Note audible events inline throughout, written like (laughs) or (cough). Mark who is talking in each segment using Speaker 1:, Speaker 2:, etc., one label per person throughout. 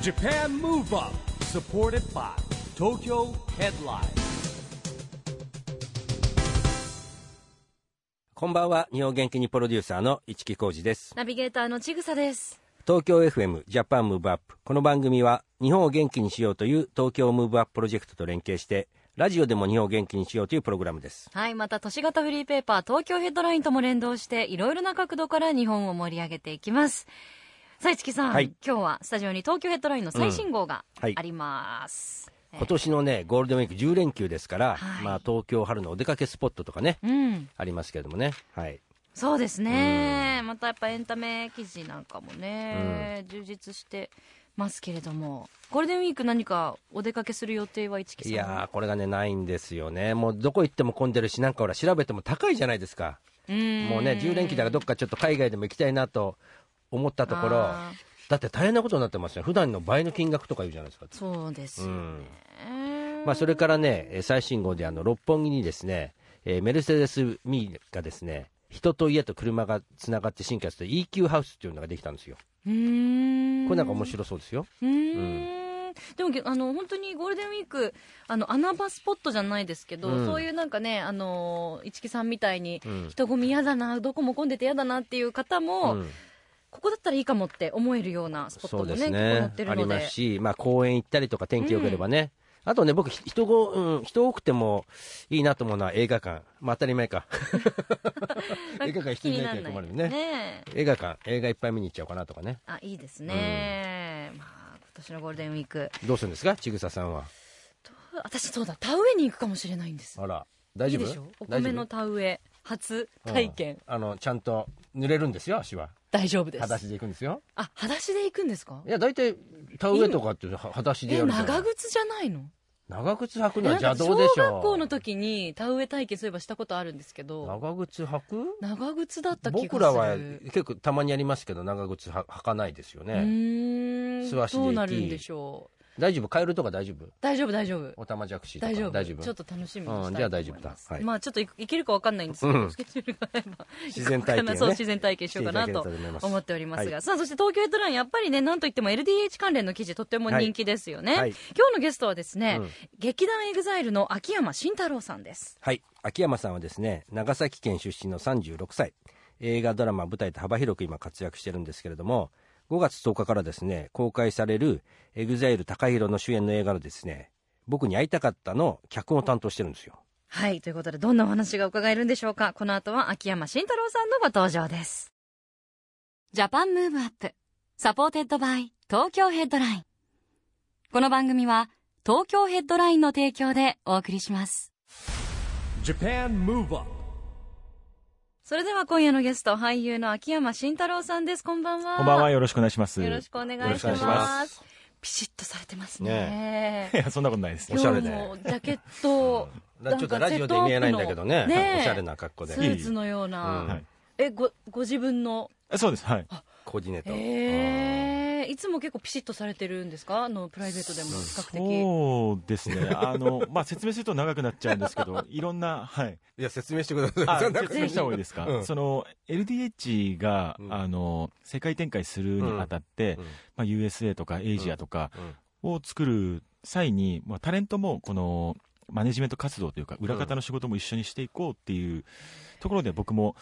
Speaker 1: Japan Move Up supported by Tokyo Headline
Speaker 2: こんばんは日本元気にプロデューサーの市木浩司です
Speaker 3: ナビゲーターのちぐさです。
Speaker 2: 東京 FM ジャパンムーブアップこの番組は日本を元気にしようという東京ムーブアッププロジェクトと連携してラジオでも日本を元気にしようというプログラムです
Speaker 3: はい、また都市型フリーペーパー東京ヘッドラインとも連動していろいろな角度から日本を盛り上げていきます。さあ、市木さん、
Speaker 2: はい
Speaker 3: 今日はスタジオに東京ヘッドラインの最新号が
Speaker 2: うんはい
Speaker 3: あります。
Speaker 2: 今年のねゴールデンウィーク10連休ですから、
Speaker 3: はい
Speaker 2: まあ東京春のお出かけスポットとかね、
Speaker 3: うん、
Speaker 2: ありますけれどもねはい
Speaker 3: そうですね。またやっぱエンタメ記事なんかもね、充実してますけれども、ゴールデンウィーク何かお出かけする予定は市木さん
Speaker 2: いやーこれがねないんですよねもうどこ行っても混んでるしなんかほら調べても高いじゃないですか
Speaker 3: うん
Speaker 2: もうね10連休だからどっかちょっと海外でも行きたいなと思ったところ
Speaker 3: あー
Speaker 2: だって大変なことになってますよ普段の倍の金額とか言うじゃないですか
Speaker 3: そうですよね。
Speaker 2: まあ、それからね、えー最新号であの六本木にですね、えーメルセデス・ミーがですね、人と家と車がつながって進化した EQ ハウスっていうのができたんですよ。
Speaker 3: うーん
Speaker 2: これなんか面白そうですよ。
Speaker 3: うーんでもげあの本当にゴールデンウィークあの穴場スポットじゃないですけど、
Speaker 2: うん
Speaker 3: そういうなんかねあの一木さんみたいに
Speaker 2: うん
Speaker 3: 人混み嫌だなどこも混んでて嫌だなっていう方も、
Speaker 2: うん
Speaker 3: ここだったらいいかもって思えるようなスポッ
Speaker 2: そ
Speaker 3: ト
Speaker 2: う
Speaker 3: も
Speaker 2: です
Speaker 3: ね結構載
Speaker 2: ね
Speaker 3: って。る
Speaker 2: あ
Speaker 3: ので
Speaker 2: りますし、まあ、公園行ったりとか天気良ければね。あとね、僕、ひ人ご、うん、人多くてもいいなと思うのは映画館。まあ、当たり前
Speaker 3: (laughs)
Speaker 2: か。映画館人いないと困るよね
Speaker 3: 気にならないね
Speaker 2: 映画館、映画いっぱい見に行っちゃおうかなとかね。
Speaker 3: あいいですね、まあ今年のゴールデンウィーク
Speaker 2: どうするんですかちぐささんは。
Speaker 3: 私そうだ田植えに行くかもしれないんです
Speaker 2: あら、大丈夫
Speaker 3: いいでしょお
Speaker 2: 大丈
Speaker 3: 米
Speaker 2: 夫
Speaker 3: の田植え初体験、
Speaker 2: うんあのちゃんと濡れるんですよ足は
Speaker 3: 大丈夫です
Speaker 2: 裸足で行くんですよ
Speaker 3: あ裸足で行くんですか
Speaker 2: いや大体田植えとかっては裸足で
Speaker 3: え
Speaker 2: やるじゃん
Speaker 3: 長靴じゃないの
Speaker 2: 長靴履くのは
Speaker 3: なんか
Speaker 2: 邪道でしょ
Speaker 3: 小学校の時に田植え体験そういえばしたことあるんですけど
Speaker 2: 長靴履く
Speaker 3: 長靴だった気がする
Speaker 2: 僕らは結構たまにやりますけど長靴は履かないですよ
Speaker 3: う
Speaker 2: ね
Speaker 3: ーん
Speaker 2: 素足で行き
Speaker 3: どうなるんでしょう
Speaker 2: 大丈夫カエルとか大丈夫
Speaker 3: 大丈夫大丈夫
Speaker 2: おたまじゃくしとか
Speaker 3: 大丈夫
Speaker 2: 大丈夫
Speaker 3: ちょっと楽しみにしたいと思います、
Speaker 2: うんじゃあ大丈夫だはい
Speaker 3: まあちょっといいけるかわかんないんですけど、 (laughs)
Speaker 2: うん
Speaker 3: スケジュールが合えば
Speaker 2: 自然体験ね
Speaker 3: 行こうかなそう自然体験しようかな
Speaker 2: していただ
Speaker 3: と
Speaker 2: ければと思います
Speaker 3: 思っておりますが、さあそして東京ヘッドラインやっぱりねなんといっても LDH 関連の記事とっても人気ですよね、
Speaker 2: はいはい
Speaker 3: 今日のゲストはですね、
Speaker 2: うん
Speaker 3: 劇団エグザイルの秋山慎太郎さんです
Speaker 2: はい秋山さんはですね長崎県出身の36歳映画ドラマ舞台と幅広く今活躍してるんですけれども5月10日からですね公開されるエグザイル高弘の主演の映画のですね僕に会いたかったの脚本を担当してるんですよ
Speaker 3: はい。ということで、どんなお話が伺えるんでしょうか。この後は秋山慎太郎さんのご登場です。ジャパンムーブアップ。サポーテッドバイ東京ヘッドライン。この番組は東京ヘッドラインの提供でお送りします。
Speaker 1: Japan Move Up
Speaker 3: それでは今夜のゲスト、俳優の秋山慎太郎さんです。こんばんは。
Speaker 4: こんばんは、よろしくお願いします。
Speaker 3: よろしくお願いし
Speaker 2: よ
Speaker 3: ま
Speaker 2: ろしく
Speaker 3: す。
Speaker 2: お願いしま
Speaker 3: ピシッとされてますね。
Speaker 4: いや、そんなことないです。
Speaker 2: おしゃれね、
Speaker 3: 今日もジャケット
Speaker 2: ちょっとラジオで見えないんだけどねおしゃれな格好で
Speaker 3: スーツのような。
Speaker 2: うん
Speaker 4: はい。
Speaker 3: え、ご、ご自分の
Speaker 4: えそうです、はい。
Speaker 2: コーディネート、
Speaker 3: えー、いつも結構ピシッとされてるんですかあのプライベートでも比較的
Speaker 4: そうですね。あの、まあ、説明すると長くなっちゃうんです
Speaker 3: (laughs)
Speaker 4: けど、いろんな、はい。
Speaker 2: いや説明してくださ
Speaker 4: あ
Speaker 2: い (laughs) そんなこと
Speaker 4: 説明した方がいいですか、
Speaker 2: うん
Speaker 4: その、LDH が、
Speaker 2: うん
Speaker 4: あの、世界展開するにあたって、
Speaker 2: うん
Speaker 4: まあ、USA とかエイジアとか
Speaker 2: うん
Speaker 4: を作る際に、まあ、タレントも、この、マネジメント活動というか、裏方の仕事も一緒にしていこうっていうところで、僕も、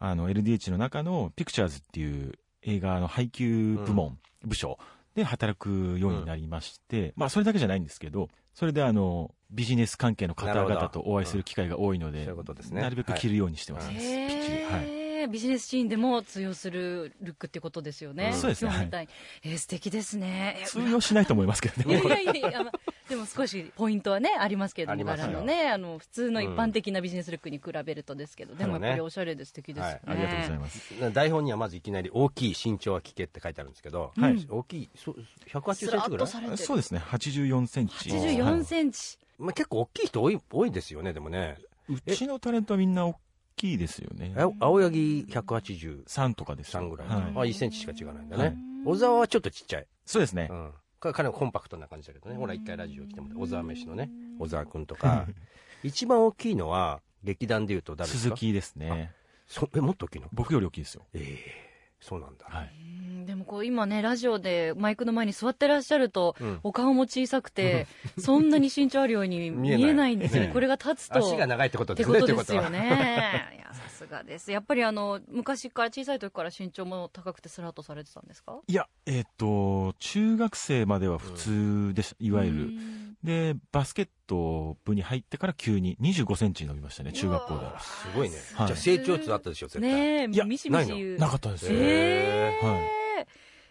Speaker 4: あの、LDH の中の、ピクチャーズっていう映画の配給部門、部署で働くようになりまして、まあ、それだけじゃないんですけど、それで、あの、ビジネス関係の方
Speaker 2: なるほど
Speaker 4: 々とお会いする機会が多いの
Speaker 2: そう
Speaker 4: で、
Speaker 2: いうことですね
Speaker 4: なるべく着るようにしてます、
Speaker 2: はい
Speaker 4: ね
Speaker 3: へ
Speaker 4: ぴっちり。はい。
Speaker 3: えビジネスシーンでも通用するルックってことですよね、
Speaker 2: うん
Speaker 4: そうですね
Speaker 3: 今日みたいにえー素敵ですねえ
Speaker 4: 通用しないと思いますけど
Speaker 3: いや
Speaker 4: ね、
Speaker 3: い
Speaker 4: これ
Speaker 3: やいやいやまあでも少しポイントはねありますけれど
Speaker 2: あり
Speaker 3: も
Speaker 2: ますよ
Speaker 3: 柄のねあの普通の一般的なビジネスルックに比べるとですけど、でもやっぱりおしゃれで素敵ですよね、
Speaker 4: ありがとうござ
Speaker 3: す
Speaker 4: います。
Speaker 2: な台本にはまずいきなり大きい身長は聞けって書いてあるんですけど、
Speaker 4: はい
Speaker 2: 大きいそ180セン
Speaker 3: スラ
Speaker 2: チぐ
Speaker 3: ッ
Speaker 2: ら
Speaker 3: と
Speaker 2: い
Speaker 3: されて
Speaker 4: そうですね、84センチ。
Speaker 3: 84センチ、
Speaker 2: まあ、結構大きい人多い多いですよね、でもね。
Speaker 4: うちのタレントはみんな大きいですよね。
Speaker 2: あ青柳183
Speaker 4: 3とかです。
Speaker 2: ぐらい、
Speaker 4: は
Speaker 2: あ1センチしか違わないんだね、
Speaker 4: はい
Speaker 2: 小沢はちょっとちっちゃい、
Speaker 4: そうですね
Speaker 2: う。ん、か彼はコンパクトな感じだけどねほら一回ラジオ来てもらって小沢飯のね小沢君とか一番大きいのは劇団でいうと誰です
Speaker 4: 鈴
Speaker 2: か
Speaker 4: 木ですね。
Speaker 2: そえもっと大きいの
Speaker 4: 僕より大きいですよ。
Speaker 2: ええそうなんだ、
Speaker 4: はい、
Speaker 3: うんでもこう今ねラジオでマイクの前に座ってらっしゃると、
Speaker 2: うん
Speaker 3: お顔も小さ
Speaker 2: (laughs)
Speaker 3: くてそんなに身長あるように
Speaker 2: 見えない
Speaker 3: 見えないんですよね
Speaker 4: ね
Speaker 3: これが立つと
Speaker 2: 足が長い (laughs) ってこと
Speaker 3: っ
Speaker 2: で
Speaker 3: て
Speaker 2: す
Speaker 3: こ
Speaker 2: ね
Speaker 3: と
Speaker 2: という
Speaker 3: で
Speaker 2: こ
Speaker 3: す
Speaker 2: とは
Speaker 3: よねいやさすがですやっぱりあの昔から小さい時から身長も高くてスラッとされてたんですか
Speaker 4: いやえっ、と中学生までは普通でした、いわゆる、
Speaker 3: うん
Speaker 4: でバスケット部に入ってから急に2 5センチに伸びましたね中学校
Speaker 3: う
Speaker 4: で
Speaker 3: わ
Speaker 2: すごいね、
Speaker 4: はい
Speaker 2: じゃあ成長痛あったでしょ絶対、
Speaker 3: ねえ
Speaker 4: いや
Speaker 3: ミシミシ言う
Speaker 4: なかったです
Speaker 2: よ
Speaker 4: ね
Speaker 3: えー
Speaker 4: は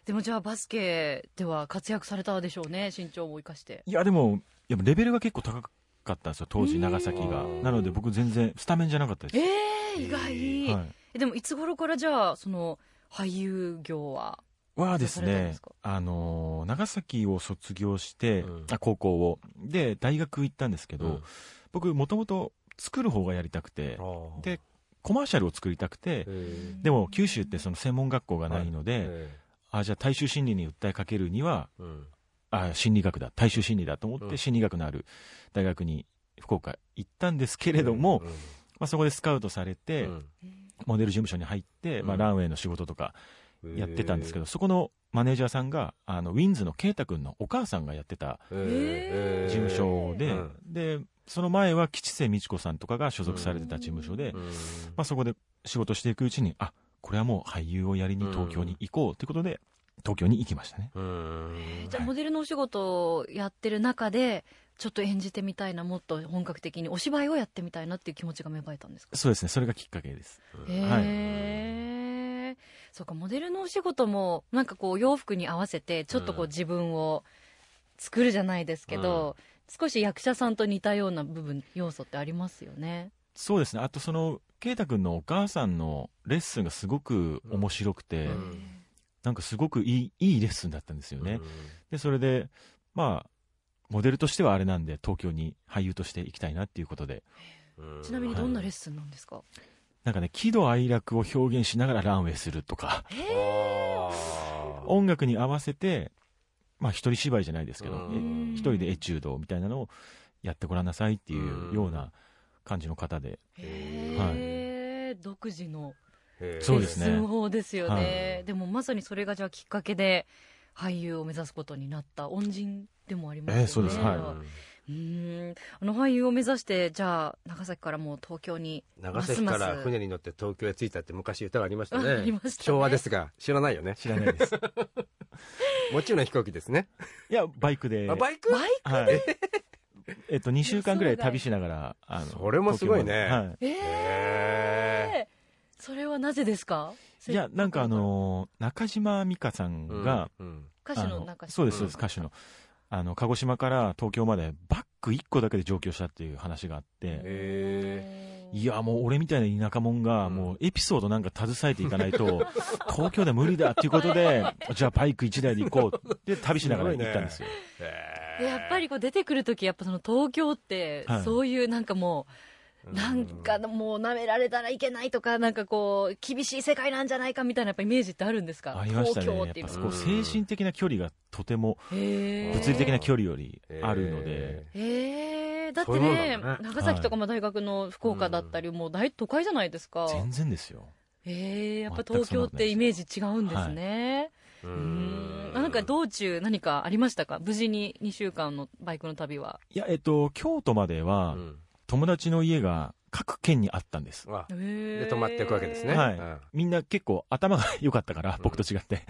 Speaker 3: でもじゃあバスケでは活躍されたでしょうね身長も生かして
Speaker 4: いやでもやっぱレベルが結構高かったんですよ当時長崎が
Speaker 2: うん
Speaker 4: なので僕全然スタメンじゃなかった
Speaker 3: え
Speaker 4: です、
Speaker 3: え意外、
Speaker 4: はい
Speaker 3: えでもいつ頃からじゃあその俳優業は
Speaker 4: はです
Speaker 3: どうされたん
Speaker 4: ね
Speaker 3: ですか
Speaker 4: あのー長崎を卒業して、
Speaker 2: うん
Speaker 4: あ高校をで大学行ったんですけど、
Speaker 2: うん
Speaker 4: 僕もともと作る方がやりたくて
Speaker 2: あー
Speaker 4: でコマーシャルを作りたくて
Speaker 2: えー
Speaker 4: でも九州ってその専門学校がないので、
Speaker 2: え
Speaker 4: あじゃあ大衆心理に訴えかけるには
Speaker 2: ーうん
Speaker 4: あ心理学だ大衆心理だと思っ
Speaker 2: うん
Speaker 4: て心理学のある大学に福岡行ったんですけれども、
Speaker 2: うん
Speaker 4: まあ、そこでスカウトされて、
Speaker 2: うん
Speaker 4: モデル事務所に入って、
Speaker 2: う
Speaker 4: まあ、
Speaker 2: ん
Speaker 4: ランウェイの仕事とかやってたんですけど、そこのマネージャーさんがあのウィンズの圭太君のお母さんがやってた
Speaker 2: え
Speaker 3: へ
Speaker 2: ー
Speaker 3: ー
Speaker 4: 事務所で,、
Speaker 2: うん
Speaker 4: でその前は吉瀬美智子さんとかが所属されてた事務所で、
Speaker 2: うん
Speaker 4: まあ、そこで仕事していくうちにあこれはもう俳優をやりに東京に行こうということで東京に行きましたね。
Speaker 2: うん
Speaker 3: えーじゃあモデルのお仕事をやってる中でちょっと演じてみたいなもっと本格的にお芝居をやってみたいなっていう気持ちが芽生えたんですか
Speaker 4: そうですねそれがきっかけです
Speaker 3: へえ、そうかモデルのお仕事もなんかこう洋服に合わせてちょっとこう
Speaker 2: うん
Speaker 3: 自分を作るじゃないですけど、少し役者さんと似たような部分要素ってありますよね
Speaker 4: そうですねあとその圭太君のお母さんのレッスンがすごく面白くて、
Speaker 2: うん
Speaker 4: なんかすごくいいいいレッスンだったんですよね、でそれでまあモデルとしてはあれなんで東京に俳優として行きたいなっていうことで
Speaker 2: うん
Speaker 3: ちなみにどんなレッスンなんですか、
Speaker 4: なんかね喜怒哀楽を表現しながらランウェイするとか
Speaker 3: えー
Speaker 2: あー
Speaker 4: 音楽に合わせてまあ一人芝居じゃないですけど
Speaker 2: うん
Speaker 4: え一人でエチュードみたいなのをやってごらんなさいっていうような感じの方で
Speaker 3: へえ独自の
Speaker 2: へー
Speaker 4: そうですね
Speaker 3: レッスン法ですよね、
Speaker 2: は
Speaker 3: でもまさにそれがじゃあきっかけで俳優を目指すことになった恩人でもありますよね、
Speaker 4: ええそうですはい
Speaker 3: うんあの俳優を目指してじゃあ長崎からもう東京に
Speaker 2: 長崎から
Speaker 3: ますます
Speaker 2: 船に乗って東京へ着いたって昔
Speaker 3: (laughs)
Speaker 2: 歌がありましたね
Speaker 3: ありましたね
Speaker 2: 昭和ですが知らないよね
Speaker 4: 知らないです
Speaker 2: (laughs) もちろん飛行機ですね、
Speaker 4: いやバイクで
Speaker 2: あバイク
Speaker 3: バイ
Speaker 4: はい。えっと、2週間ぐらい旅しながら、あの、
Speaker 2: それもすごいね
Speaker 4: 東京までは
Speaker 3: え
Speaker 2: へー
Speaker 3: えそれはなぜですか
Speaker 4: い。いや、なんかあのー、中島美香さんが、
Speaker 2: うん
Speaker 3: 歌手
Speaker 4: あ
Speaker 3: の
Speaker 4: の
Speaker 3: 中
Speaker 4: そうです、そううんです、歌手の。あの、鹿児島から東京までバック1個だけで上京したっていう話があって、
Speaker 2: へ
Speaker 4: いや、もう俺みたいな田舎者が、
Speaker 2: うん
Speaker 4: もうエピソードなんか携えていかないと、東京では無理だっていうことで、じゃあバイク1台で行こうって旅しながら行ったんですよ。
Speaker 2: え
Speaker 3: でやっぱりこう出てくる時やっぱその東京って
Speaker 4: はい
Speaker 3: そういうなんかもう、なんかもう舐められたらいけないとかなんかこう厳しい世界なんじゃないかみたいなやっぱイメージってあるんですか
Speaker 4: ありましたね。
Speaker 3: 東京
Speaker 4: や
Speaker 3: っていう
Speaker 4: っ
Speaker 3: の
Speaker 4: ぱ
Speaker 3: は
Speaker 4: こう精神的な距離がとても、
Speaker 3: へえ
Speaker 4: 物理的な距離よりあるので、
Speaker 3: へえだって
Speaker 2: そういうもの
Speaker 3: ね
Speaker 2: なんだね
Speaker 3: 長崎とかも大学の福岡だったり、もう大都会じゃないですか
Speaker 4: 全然ですよ。
Speaker 3: ええやっぱ東京ってイメージ違うんですね
Speaker 2: う
Speaker 3: うーんなんか道中何かありましたか無事に2週間のバイクの旅はい
Speaker 4: や、えっと、京都までは、
Speaker 2: ん
Speaker 4: 友達の家が各県にあったんです。
Speaker 2: あ
Speaker 3: で
Speaker 2: で泊まっていくわけですね、
Speaker 4: はい
Speaker 2: うん
Speaker 4: みんな結構頭が良かったから、僕と違って。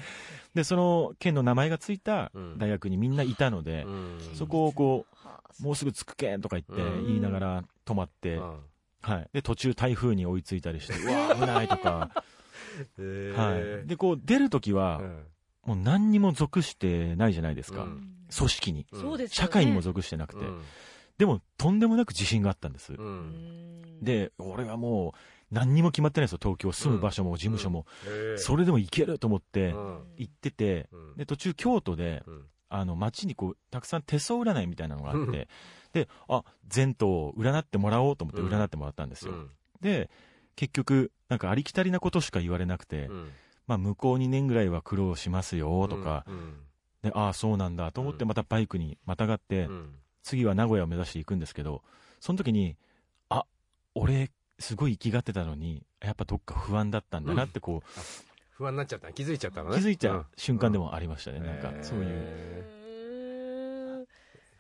Speaker 4: で、その県の名前がついた
Speaker 2: うん
Speaker 4: 大学にみんないたので、
Speaker 2: うん
Speaker 4: そこをこ
Speaker 3: はあ
Speaker 4: う、もうすぐ着く県とか言って
Speaker 2: うん
Speaker 4: 言いながら泊まって、
Speaker 2: うん
Speaker 4: はい。で、途中台風に追いついたりして、うわ、危ないとか。
Speaker 2: へー
Speaker 4: はい。で、こう、出るときは
Speaker 2: う、ん
Speaker 4: もう何にも属してないじゃないですか
Speaker 2: う。
Speaker 3: うん
Speaker 4: 組織に。
Speaker 2: うん
Speaker 3: そうですよね
Speaker 4: 社会にも属してなくて
Speaker 2: う。ん
Speaker 4: でも、とんでもなく自信があったんです
Speaker 2: う。
Speaker 3: うんん
Speaker 4: で、俺はもう、何にも決まってないんですよ、東京、住む場所も事務所も、
Speaker 2: へー
Speaker 4: それでも行けると思って
Speaker 2: う、
Speaker 4: 行ってて、
Speaker 2: ん
Speaker 4: で、途中、京都で、
Speaker 2: うん
Speaker 4: あの、街にこう、たくさん手相占いみたいなのがあって、で、あ、前途を占ってもらおうと思って
Speaker 2: うん
Speaker 4: 占ってもらったんです
Speaker 2: う
Speaker 4: よ。
Speaker 2: ん
Speaker 4: で、結局、なんかありきたりなことしか言われなくて、
Speaker 2: うん
Speaker 4: まあ、向こう2年ぐらいは苦労しますよとか、
Speaker 2: うん
Speaker 4: で、ああ、そうなんだと思って、
Speaker 2: うん
Speaker 4: またバイクにまたがって、
Speaker 2: うん
Speaker 4: 次は名古屋を目指していくんですけど、その時に、あ、俺、すごい生きがってたのに、やっぱどっか不安だったんだなってこう、
Speaker 2: 不安になっちゃったの気づいちゃったのね
Speaker 4: 気づい
Speaker 2: うん
Speaker 4: た瞬間でもありましたね、なんか
Speaker 2: へー
Speaker 4: そういう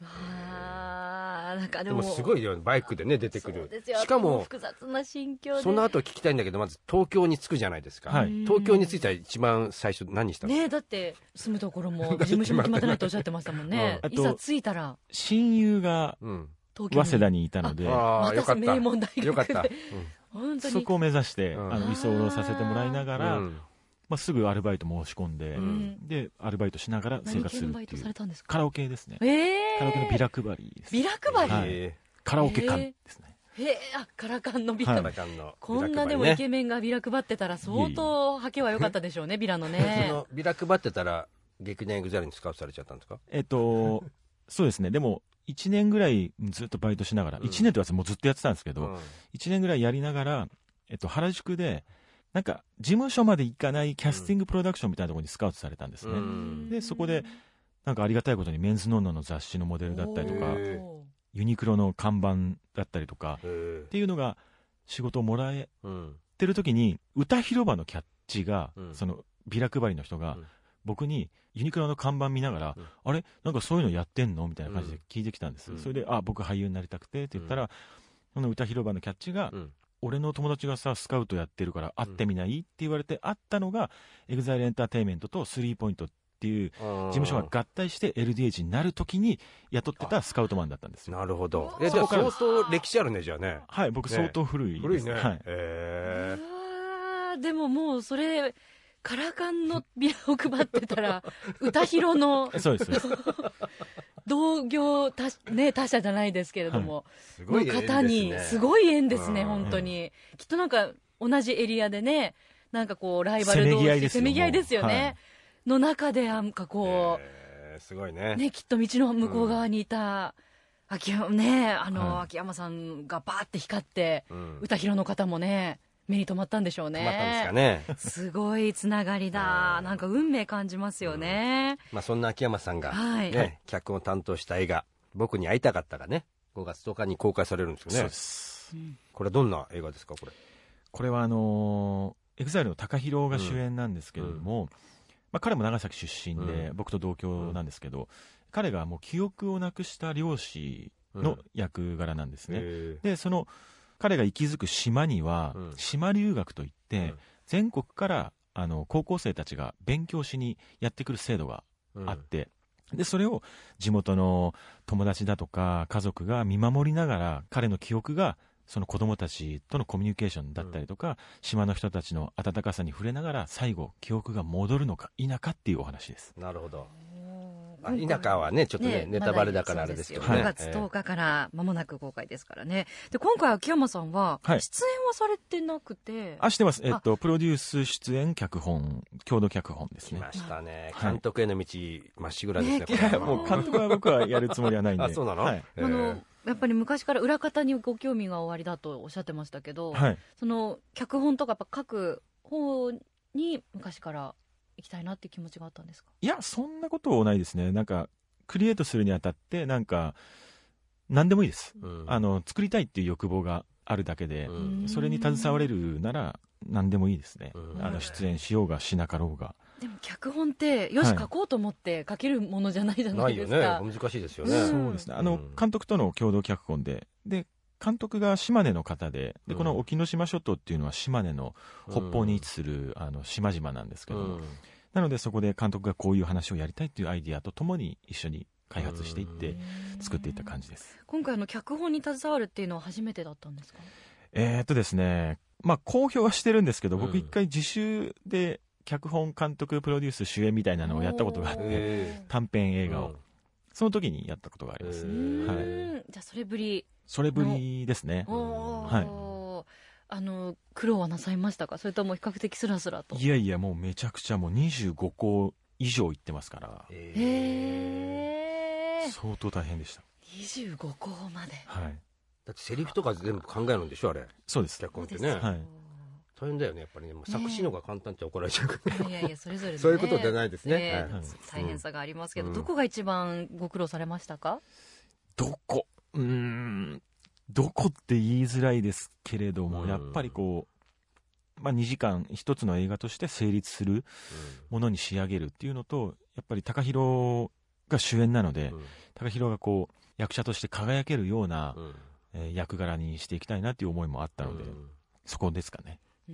Speaker 3: わーなんか
Speaker 2: で
Speaker 3: でも
Speaker 2: もすごいよバイクでね出てく
Speaker 3: そう
Speaker 2: る
Speaker 3: ですよ
Speaker 2: しか
Speaker 3: あと
Speaker 2: も
Speaker 3: 複雑な心境で
Speaker 2: その後聞きたいんだけどまず東京に着くじゃないですか、
Speaker 4: はい
Speaker 2: 東京に着いたら一番最初何したの、
Speaker 3: ねえだって住むところも事務所も決まってないとおっしゃってましたもんね
Speaker 4: うんあと
Speaker 3: いざ着いたら
Speaker 4: 親友が
Speaker 2: うん、
Speaker 3: 東京に
Speaker 4: 早稲田にいたので
Speaker 2: ああよ
Speaker 3: ま
Speaker 2: か
Speaker 3: た
Speaker 2: っ
Speaker 3: 名
Speaker 2: た
Speaker 3: 門大学で
Speaker 2: よかった、
Speaker 3: 本当に
Speaker 4: そこを目指して、
Speaker 2: うん
Speaker 4: あの居候させてもらいなが
Speaker 2: う
Speaker 4: ら、
Speaker 2: んうん
Speaker 4: まあ、すぐアルバイト申し込んで、
Speaker 2: うん
Speaker 4: でアルバイトしながら生
Speaker 3: 何
Speaker 4: 活
Speaker 3: 系
Speaker 4: す
Speaker 3: の
Speaker 4: る
Speaker 3: バ
Speaker 4: っ
Speaker 3: イ
Speaker 4: て
Speaker 3: ト
Speaker 4: い
Speaker 3: さ
Speaker 4: う
Speaker 3: れたんですか
Speaker 4: カラオケですね
Speaker 3: ええ
Speaker 4: カラオケのビラ配りです
Speaker 3: ビラ配り、
Speaker 4: はい
Speaker 2: え
Speaker 4: カラオケ館ですね、
Speaker 3: へえあカラカンのビ
Speaker 2: ー
Speaker 3: ラ、
Speaker 4: は
Speaker 2: 裸のね
Speaker 3: こんなでもイケメンがビラ配ってたら相当ハケは良かったでしょうねビラのね
Speaker 2: そのビラ配ってたら劇団エグザイルにスカウトされちゃったんですか
Speaker 4: え
Speaker 3: (laughs)
Speaker 4: っとそうですねでも1年ぐらいずっとバイトしながら、
Speaker 2: うん
Speaker 4: 1年とはもうずっとやってたんですけど、
Speaker 2: うん
Speaker 4: 1年ぐらいやりながら、えっと、原宿でなんか事務所まで行かないキャスティングプロダクションみたいなところにスカウトされたんですね、
Speaker 2: うん
Speaker 4: でそこでなんかありがたいことにメンズノンノの雑誌のモデルだったりとか
Speaker 2: おー
Speaker 4: ユニクロの看板だったりとか
Speaker 2: へー
Speaker 4: っていうのが仕事をもらえ
Speaker 2: うん
Speaker 4: ってる時に歌広場のキャッチが、
Speaker 2: うん
Speaker 4: そのビラ配りの人が、
Speaker 2: うん
Speaker 4: 僕にユニクロの看板見ながら、
Speaker 2: うん
Speaker 4: あれなんかそういうのやってんのみたいな感じで聞いてきたんです、
Speaker 2: うん
Speaker 4: それであ僕俳優になりたくてって言ったら、その歌広場のキャッチが、
Speaker 2: うん
Speaker 4: 俺の友達がさスカウトやってるから会ってみない、って言われて会ったのがエグザイルエンターテインメントとスリーポイントっていう事務所が合体して LDH になる時に雇ってたスカウトマンだったんですよ
Speaker 2: なるほど
Speaker 3: う
Speaker 2: え
Speaker 3: わ
Speaker 2: じゃあ
Speaker 4: そこから
Speaker 2: 相当歴史あるねじゃあね
Speaker 4: はい僕
Speaker 2: ね
Speaker 4: 相当古いです、
Speaker 2: 古いね
Speaker 4: はい、
Speaker 2: へー
Speaker 3: うわーでももうそれカラカンのビラを配ってた
Speaker 2: (laughs)
Speaker 3: ら歌広の
Speaker 4: そうですそうです
Speaker 3: 同業他,、ね、他社じゃないですけれども、
Speaker 2: すご
Speaker 3: の
Speaker 2: い縁ですね
Speaker 3: 方にすごい縁ですね
Speaker 2: うん
Speaker 3: 本当にきっとなんか同じエリアでねなんかこうライバル同士
Speaker 4: せめぎ合いですよ
Speaker 3: せめぎ合いですよね、
Speaker 4: はい
Speaker 3: の中でなんかこう、
Speaker 2: へーすごいね
Speaker 3: ね、きっと道の向こう側にいた秋山,、ね、あの
Speaker 4: はい
Speaker 3: 秋山さんがバーって光って、
Speaker 2: うん
Speaker 3: 歌広の方もね目に留まったんでしょうね
Speaker 2: 困ったんですかね
Speaker 3: すごいつながりだなんか運命感じますよね、
Speaker 2: まあそんな秋山さんが、
Speaker 3: はい
Speaker 2: ね、脚本を担当した映画「僕に会いたかった」がね5月10日に公開されるんですよ
Speaker 4: そう
Speaker 2: ね
Speaker 4: です
Speaker 2: これどんな映画ですかこれ
Speaker 4: これはあのー、EXILE の TAKAHIRO が主演なんですけれども、まあ、彼も長崎出身で、
Speaker 2: う
Speaker 4: 僕と同郷なんですけど、彼がもう記憶をなくした漁師
Speaker 2: うん
Speaker 4: の役柄なんですね、
Speaker 2: へ
Speaker 4: でその彼が息づく島には、
Speaker 2: うん
Speaker 4: 島留学といって、
Speaker 2: うん
Speaker 4: 全国からあの高校生たちが勉強しにやってくる制度が
Speaker 2: ー
Speaker 4: あって、でそれを地元の友達だとか家族が見守りながら彼の記憶がその子供たちとのコミュニケーションだったりとか、島の人たちの温かさに触れながら最後記憶が戻るのか否かっていうお話です
Speaker 2: なるほどあ
Speaker 3: 今回
Speaker 2: 田舎はねちょっとね
Speaker 3: ね
Speaker 2: ネタバレだからあれですけどね、
Speaker 3: まだ
Speaker 4: は
Speaker 3: そうですよ5月10日から間もなく公開ですからね。で、今回秋山さんは、出
Speaker 4: は
Speaker 3: 演
Speaker 4: い
Speaker 3: はされてなくて、
Speaker 4: あしてますえっとプロデュース出演脚本共同脚本です
Speaker 2: 来
Speaker 4: ね
Speaker 2: ましたね、
Speaker 4: はい
Speaker 2: 監督への道まっしぐらですね
Speaker 3: ね
Speaker 2: これ
Speaker 4: いやもう監督は僕はやるつもりはないんで
Speaker 2: あそうなの、
Speaker 4: はい、
Speaker 2: へー
Speaker 3: あの、やっぱり昔から裏方にご興味がおありだとおっしゃってましたけど、
Speaker 4: はい
Speaker 3: その、脚本とかやっぱ書く方に昔から行きたいなって気持ちがあったんですか
Speaker 4: いやそんなことないですねなんかクリエイトするにあたってなんか何でもいいです
Speaker 2: うん
Speaker 4: あの作りたいっていう欲望があるだけで
Speaker 2: う、
Speaker 3: うん
Speaker 2: ん
Speaker 4: それに携われるなら何でもいいですね、
Speaker 2: うん
Speaker 4: あの出演しようがしなかろうが、
Speaker 3: でも脚本って、よし
Speaker 4: はい
Speaker 3: 書こうと思って書けるものじゃないじゃ
Speaker 2: な
Speaker 3: ない
Speaker 2: い
Speaker 3: で
Speaker 2: よ
Speaker 3: す
Speaker 2: ね
Speaker 3: か。
Speaker 2: 難しいですよ
Speaker 3: うん
Speaker 2: ね、
Speaker 4: そうですねあ
Speaker 2: う
Speaker 4: の
Speaker 2: ん
Speaker 4: 監督との共同脚本でで監督が島根の方ででこ
Speaker 2: うん
Speaker 4: の沖ノ島諸島っていうのは島根の北方に位置する、あの島々なんですけ
Speaker 2: う
Speaker 4: ど、
Speaker 2: ん
Speaker 4: なのでそこで監督がこういう話をやりたいっていうアイディアとともに一緒に開発していって作っていった感じです、
Speaker 3: 今回あの脚本に携わるっていうのは初めてだったんですか
Speaker 4: えーっとですね、まあ、公表はしてるんですけど、
Speaker 2: うん
Speaker 4: 僕一回自習で脚本、監督、プロデュース、主演みたいなのをやったことがあっ
Speaker 2: お
Speaker 4: て、
Speaker 2: へ
Speaker 4: 短編映画
Speaker 2: う
Speaker 4: を
Speaker 2: ん、
Speaker 4: その時にやったことがあります
Speaker 2: へ。
Speaker 3: う
Speaker 4: はい
Speaker 3: ーんじゃあそれぶり
Speaker 4: それぶりですね。
Speaker 3: おー
Speaker 4: はい
Speaker 3: あの苦労はなさいましたかそれとも比較的スラスラと
Speaker 4: いやいや、もうめちゃくちゃもう25校以上行ってますから、
Speaker 2: えー
Speaker 3: へえ
Speaker 4: 相当大変でした。
Speaker 3: 25校まで
Speaker 4: はい。
Speaker 2: だってセリフとか全部考えるんでしょあれ
Speaker 4: そうです。
Speaker 2: 脚本って
Speaker 3: そうです
Speaker 2: ね
Speaker 3: よ
Speaker 4: はい
Speaker 2: 大変だよねやっぱりねもう作詞の方が簡単って怒られちゃうから
Speaker 3: いやいやそれぞれ、ね、
Speaker 2: そういうことじゃないですね
Speaker 3: え
Speaker 4: はい
Speaker 3: 大変さがありますけど、
Speaker 2: うん
Speaker 3: どこが一番ご苦労されましたか、
Speaker 4: どこうーん、どこって言いづらいですけれども、
Speaker 2: うん
Speaker 4: やっぱりこう、まあ、2時間一つの映画として成立するものに仕上げるっていうのとやっぱり takahiro が主演なので、
Speaker 5: うん
Speaker 4: 高 takahiro がこう役者として輝けるような、
Speaker 5: うん
Speaker 4: えー役柄にしていきたいなっていう思いもあったので、そこですかね
Speaker 3: う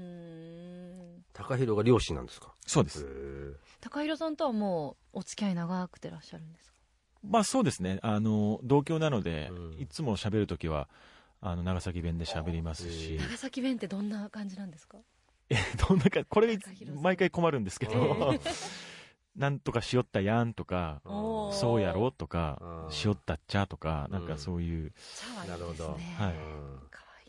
Speaker 3: ーん
Speaker 5: 高弘が漁師なんですか
Speaker 4: そうで
Speaker 5: へ
Speaker 4: す、
Speaker 5: え
Speaker 3: 高弘さんとはもうお付き合い長くてらっしゃるんですか
Speaker 4: まあそうですねあの同郷なので、
Speaker 5: うん
Speaker 4: いつも喋るときはあの長崎弁で喋りますし、
Speaker 3: 長崎弁ってどんな感じなんですか
Speaker 4: (laughs) どんなかこれが
Speaker 3: 高弘さん
Speaker 4: 毎回困るんですけ (laughs) ど
Speaker 5: え
Speaker 4: なんとかしよったやんとか
Speaker 5: おー
Speaker 4: そうやろとか
Speaker 5: うん
Speaker 4: しよったっちゃとかなん
Speaker 5: うん
Speaker 4: かそういう、
Speaker 3: シャワーいいです
Speaker 5: な
Speaker 3: ね
Speaker 5: るほど
Speaker 4: はい
Speaker 5: うん
Speaker 3: かわい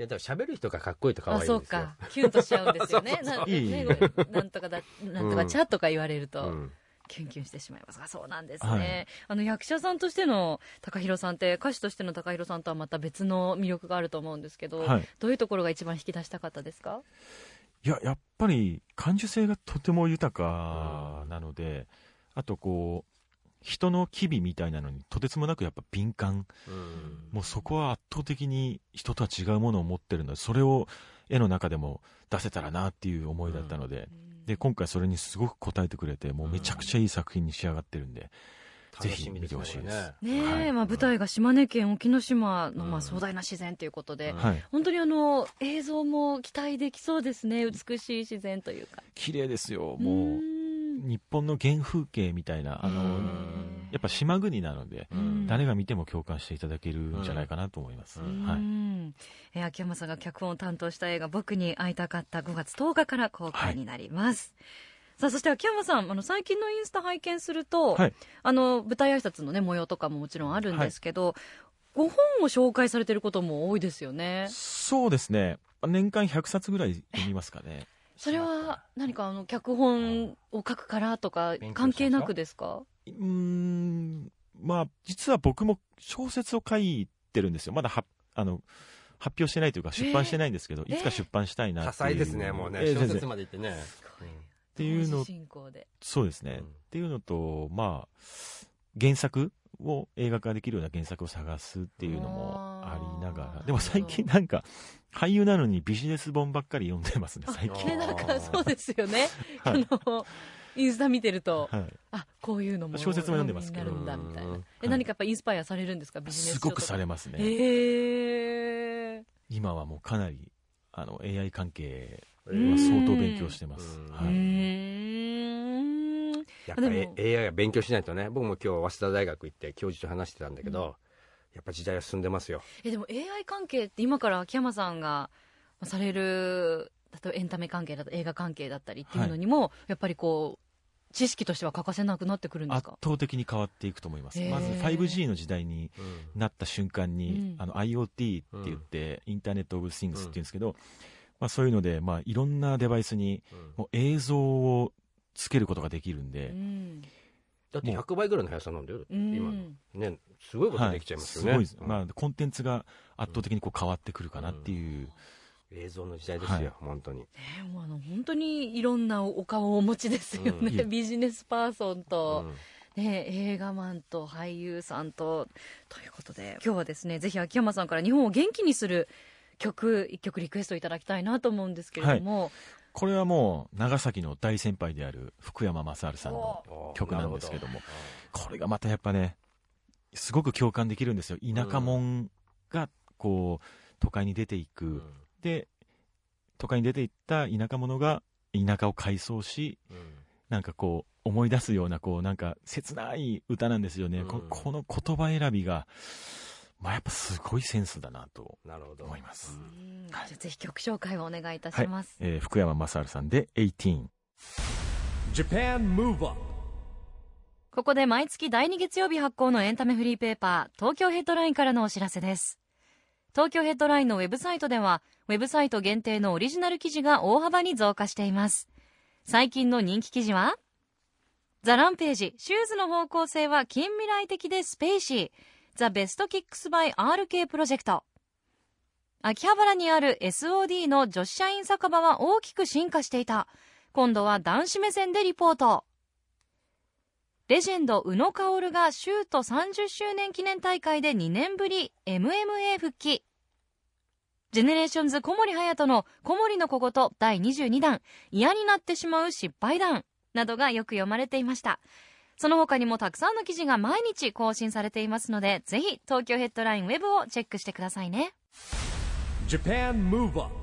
Speaker 5: いやだから喋る人がかっこいいと可愛い
Speaker 3: あ
Speaker 5: んです
Speaker 3: そ
Speaker 5: よ
Speaker 3: うかキュンとしちゃうんです
Speaker 5: (laughs)
Speaker 3: よねなん
Speaker 4: いえいえ
Speaker 3: ねなんとかだなんとかちゃとか言われると、
Speaker 5: うん
Speaker 3: キュンキュンしてしまいますがそうなんですね、
Speaker 4: はい
Speaker 3: あの役者さんとしての高弘さんって歌手としての高弘さんとはまた別の魅力があると思うんですけど、
Speaker 4: はい、
Speaker 3: どういうところが一番引き出したかったですか
Speaker 4: いややっぱり感受性がとても豊かなので、あとこう人の機微みたいなのにとてつもなくやっぱ敏感
Speaker 5: うん
Speaker 4: もうそこは圧倒的に人とは違うものを持ってるのでそれを絵の中でも出せたらなっていう思いだったので、で今回それにすごく応えてくれてもうめちゃくちゃいい作品に仕上がってるんで、ぜひ見てほしいです
Speaker 5: 楽み
Speaker 3: ねえ、
Speaker 4: はい
Speaker 3: まあ、舞台が島根県隠岐の島のま
Speaker 5: う
Speaker 3: あ
Speaker 5: ん
Speaker 3: 壮大な自然ということで、
Speaker 5: うん
Speaker 4: はい
Speaker 3: 本当にあの映像も期待できそうですね美しい自然というか
Speaker 4: 綺麗ですよもう
Speaker 3: ーん
Speaker 4: 日本の原風景みたいなあ
Speaker 5: う
Speaker 4: の
Speaker 5: ん
Speaker 4: やっぱ島国なので
Speaker 5: これねうん
Speaker 4: 誰が見ても共感していただけるんじゃないかなと思います、
Speaker 5: うん
Speaker 4: は
Speaker 3: う
Speaker 4: い、
Speaker 3: んえー秋山さんが脚本を担当した映画「僕に会いたかった」5月10日から公開になります、さあそして秋山さんあの最近のインスタ拝見すると、
Speaker 4: はい
Speaker 3: あの舞台挨拶の、ね、模様とかももちろんあるんですけど、ご本を紹介されてることも多いですよね
Speaker 4: そうですね年間100冊ぐらい読みますかね
Speaker 3: それは何かあの脚本を書くからとか
Speaker 5: 勉強したんですか
Speaker 3: 関係なくですか
Speaker 4: うーんまあ実は僕も小説を書いてるんですよまだはあの発表してないというか出版してないんですけど、
Speaker 3: えー
Speaker 4: いつか出版したいな
Speaker 5: 多
Speaker 4: っていう
Speaker 5: 彩ですねもう
Speaker 4: え
Speaker 5: ね
Speaker 4: ー
Speaker 5: 小
Speaker 4: 全
Speaker 5: 説
Speaker 4: 然っ
Speaker 5: まで行ってね
Speaker 3: ごい
Speaker 4: ていう
Speaker 3: 同
Speaker 4: の
Speaker 3: 時進行で
Speaker 4: そうですね、
Speaker 5: うん
Speaker 4: っていうのとまあ原作を映画化できるような原作を探すっていうのもありなが
Speaker 3: あ
Speaker 4: ら
Speaker 3: ー
Speaker 4: でも最近なんか俳優なのにビジネス本ばっかり読んでますね最
Speaker 5: あー
Speaker 4: 近
Speaker 3: ねなんかそうですよね、
Speaker 4: (laughs) はい
Speaker 3: あのインスタ見てると、
Speaker 4: はい
Speaker 3: あこういうのも
Speaker 4: 小説も読んでますけ
Speaker 3: な
Speaker 4: ど
Speaker 3: るんだみたいな
Speaker 5: うん
Speaker 3: え何かやっぱインスパイアされるんですかビジネス
Speaker 4: すごくさ
Speaker 3: れ
Speaker 4: れますね、
Speaker 3: へえ
Speaker 4: 今はもうかなりあの AI 関係
Speaker 5: う
Speaker 4: は
Speaker 5: ん
Speaker 4: 相当勉強してます
Speaker 5: うん、
Speaker 3: う
Speaker 4: はい
Speaker 3: ーん
Speaker 5: やっぱ
Speaker 3: で
Speaker 5: り
Speaker 3: も
Speaker 5: AI は勉強しないとね僕も今日早稲田大学行って教授と話してたんだけど、やっぱ時代は進んでますよ
Speaker 3: えでも AI 関係って今から秋山さんがまあされる例えばエンタメ関係だと映画関係だったりっていうのにも、やっぱりこう知識としては欠かせなくなってくるんです
Speaker 4: 圧
Speaker 3: か
Speaker 4: 倒的に変わっていくと思います
Speaker 3: へー
Speaker 4: まず 5G の時代に
Speaker 5: うん
Speaker 4: なった瞬間に、
Speaker 3: うん
Speaker 4: あの IoT って言って、インターネット・オブ・シングスっていうんですけど、まあ、そういうので、まあ、いろんなデバイスにもう映像をつけることができるんで
Speaker 3: う、ん
Speaker 5: だって100倍ぐらいの速さなんだよ、
Speaker 3: うん
Speaker 5: 今のねすごいこと
Speaker 4: は
Speaker 5: で
Speaker 4: い
Speaker 5: きちゃいます
Speaker 4: す
Speaker 5: よね、
Speaker 4: ごいです、
Speaker 5: うん
Speaker 4: まあ、コンテンツが圧倒的にこう変わってくるかなっていう、
Speaker 5: 映像の時代ですよ、
Speaker 4: はい
Speaker 5: 本当に
Speaker 3: ねもうあの本当にいろんなお顔をお持ちですよね、
Speaker 4: うん
Speaker 3: ビジネスパーソンと、
Speaker 5: うん
Speaker 3: ね、映画マンと俳優さんとということで今日はですねぜひ秋山さんから日本を元気にする曲一曲リクエストいただきたいなと思うんですけれども、
Speaker 4: これはもう長崎の大先輩である福山雅治さんの
Speaker 5: おー
Speaker 4: 曲なんですけども
Speaker 5: なる
Speaker 4: これがまたやっぱねすごく共感できるんですよ田舎者がこう都会に出ていく、
Speaker 5: ほど
Speaker 4: で都会に出ていった田舎者が田舎を改装し
Speaker 5: うんうん
Speaker 4: なんかこう思い出すようなこうなんか切ない歌なんですよね、
Speaker 5: うん
Speaker 4: ここの言葉選びがまあやっぱすごいセンスだなと
Speaker 5: なるほど
Speaker 4: 思います、
Speaker 3: うんじゃあぜひ曲紹介をお願いいたします、
Speaker 4: えー福山雅治さんで18
Speaker 1: Japan Move Up
Speaker 3: ここで毎月第2月曜日発行のエンタメフリーペーパー、東京ヘッドラインからのお知らせです。東京ヘッドラインのウェブサイトでは、ウェブサイト限定のオリジナル記事が大幅に増加しています。最近の人気記事は、ザ・ランページ、シューズの方向性は近未来的でスペーシー、ザ・ベストキックスバイ RK プロジェクト。秋葉原にある SOD の女子社員酒場は大きく進化していた。今度は男子目線でリポート。レジェンド宇野薫がシュート30周年記念大会で2年ぶり MMA 復帰ジェネレーションズ小森隼人の小森の小言第22弾、嫌になってしまう失敗談などがよく読まれていました。その他にもたくさんの記事が毎日更新されていますので、ぜひ東京ヘッドラインウェブをチェックしてくださいね。
Speaker 1: Japan Move Up